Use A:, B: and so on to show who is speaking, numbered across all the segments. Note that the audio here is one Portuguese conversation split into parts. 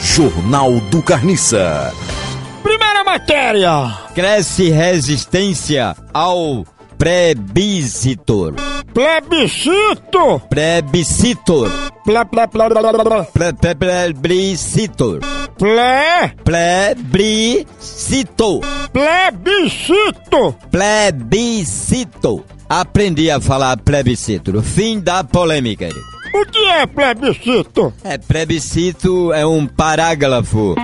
A: Jornal do Carniça.
B: Primeira matéria:
C: Cresce resistência ao plebiscito.
B: plebiscito.
C: Plebiscito.
B: Ple, ple, ple, ple, ple, ple,
C: Ple- ple- Plebiscito.
B: ple,
C: Plebiscito.
B: plebiscito.
C: Plebiscito. Aprendi a falar plebiscito. Fim da polêmica.
B: O que é plebiscito?
C: É, plebiscito é um parágrafo.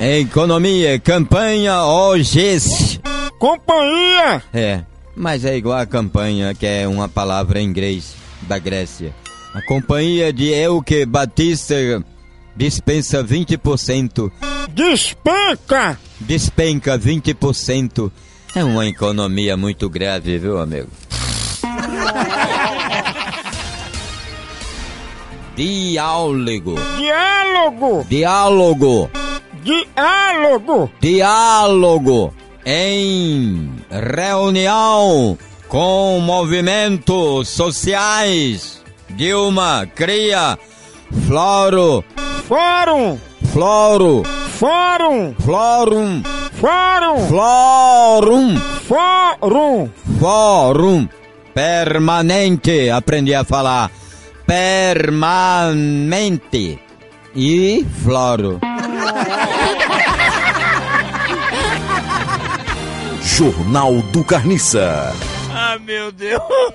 C: Economia, campanha OGS.
B: Companhia
C: É, mas é igual a campanha, que é uma palavra em inglês da Grécia. A companhia de Elke Batista dispensa 20%,
B: despenca.
C: despenca 20%. É uma economia muito grave, viu, amigo? Diálogo,
B: Diálogo,
C: diálogo,
B: diálogo.
C: diálogo em reunião com movimentos sociais. Dilma cria Floro,
B: Fórum,
C: Floro,
B: fórum,
C: Florum,
B: fórum,
C: Florum,
B: fórum.
C: Fórum Permanente. Aprendi a falar permanente e Floro.
A: Jornal do Carniça.
B: Ah, meu Deus.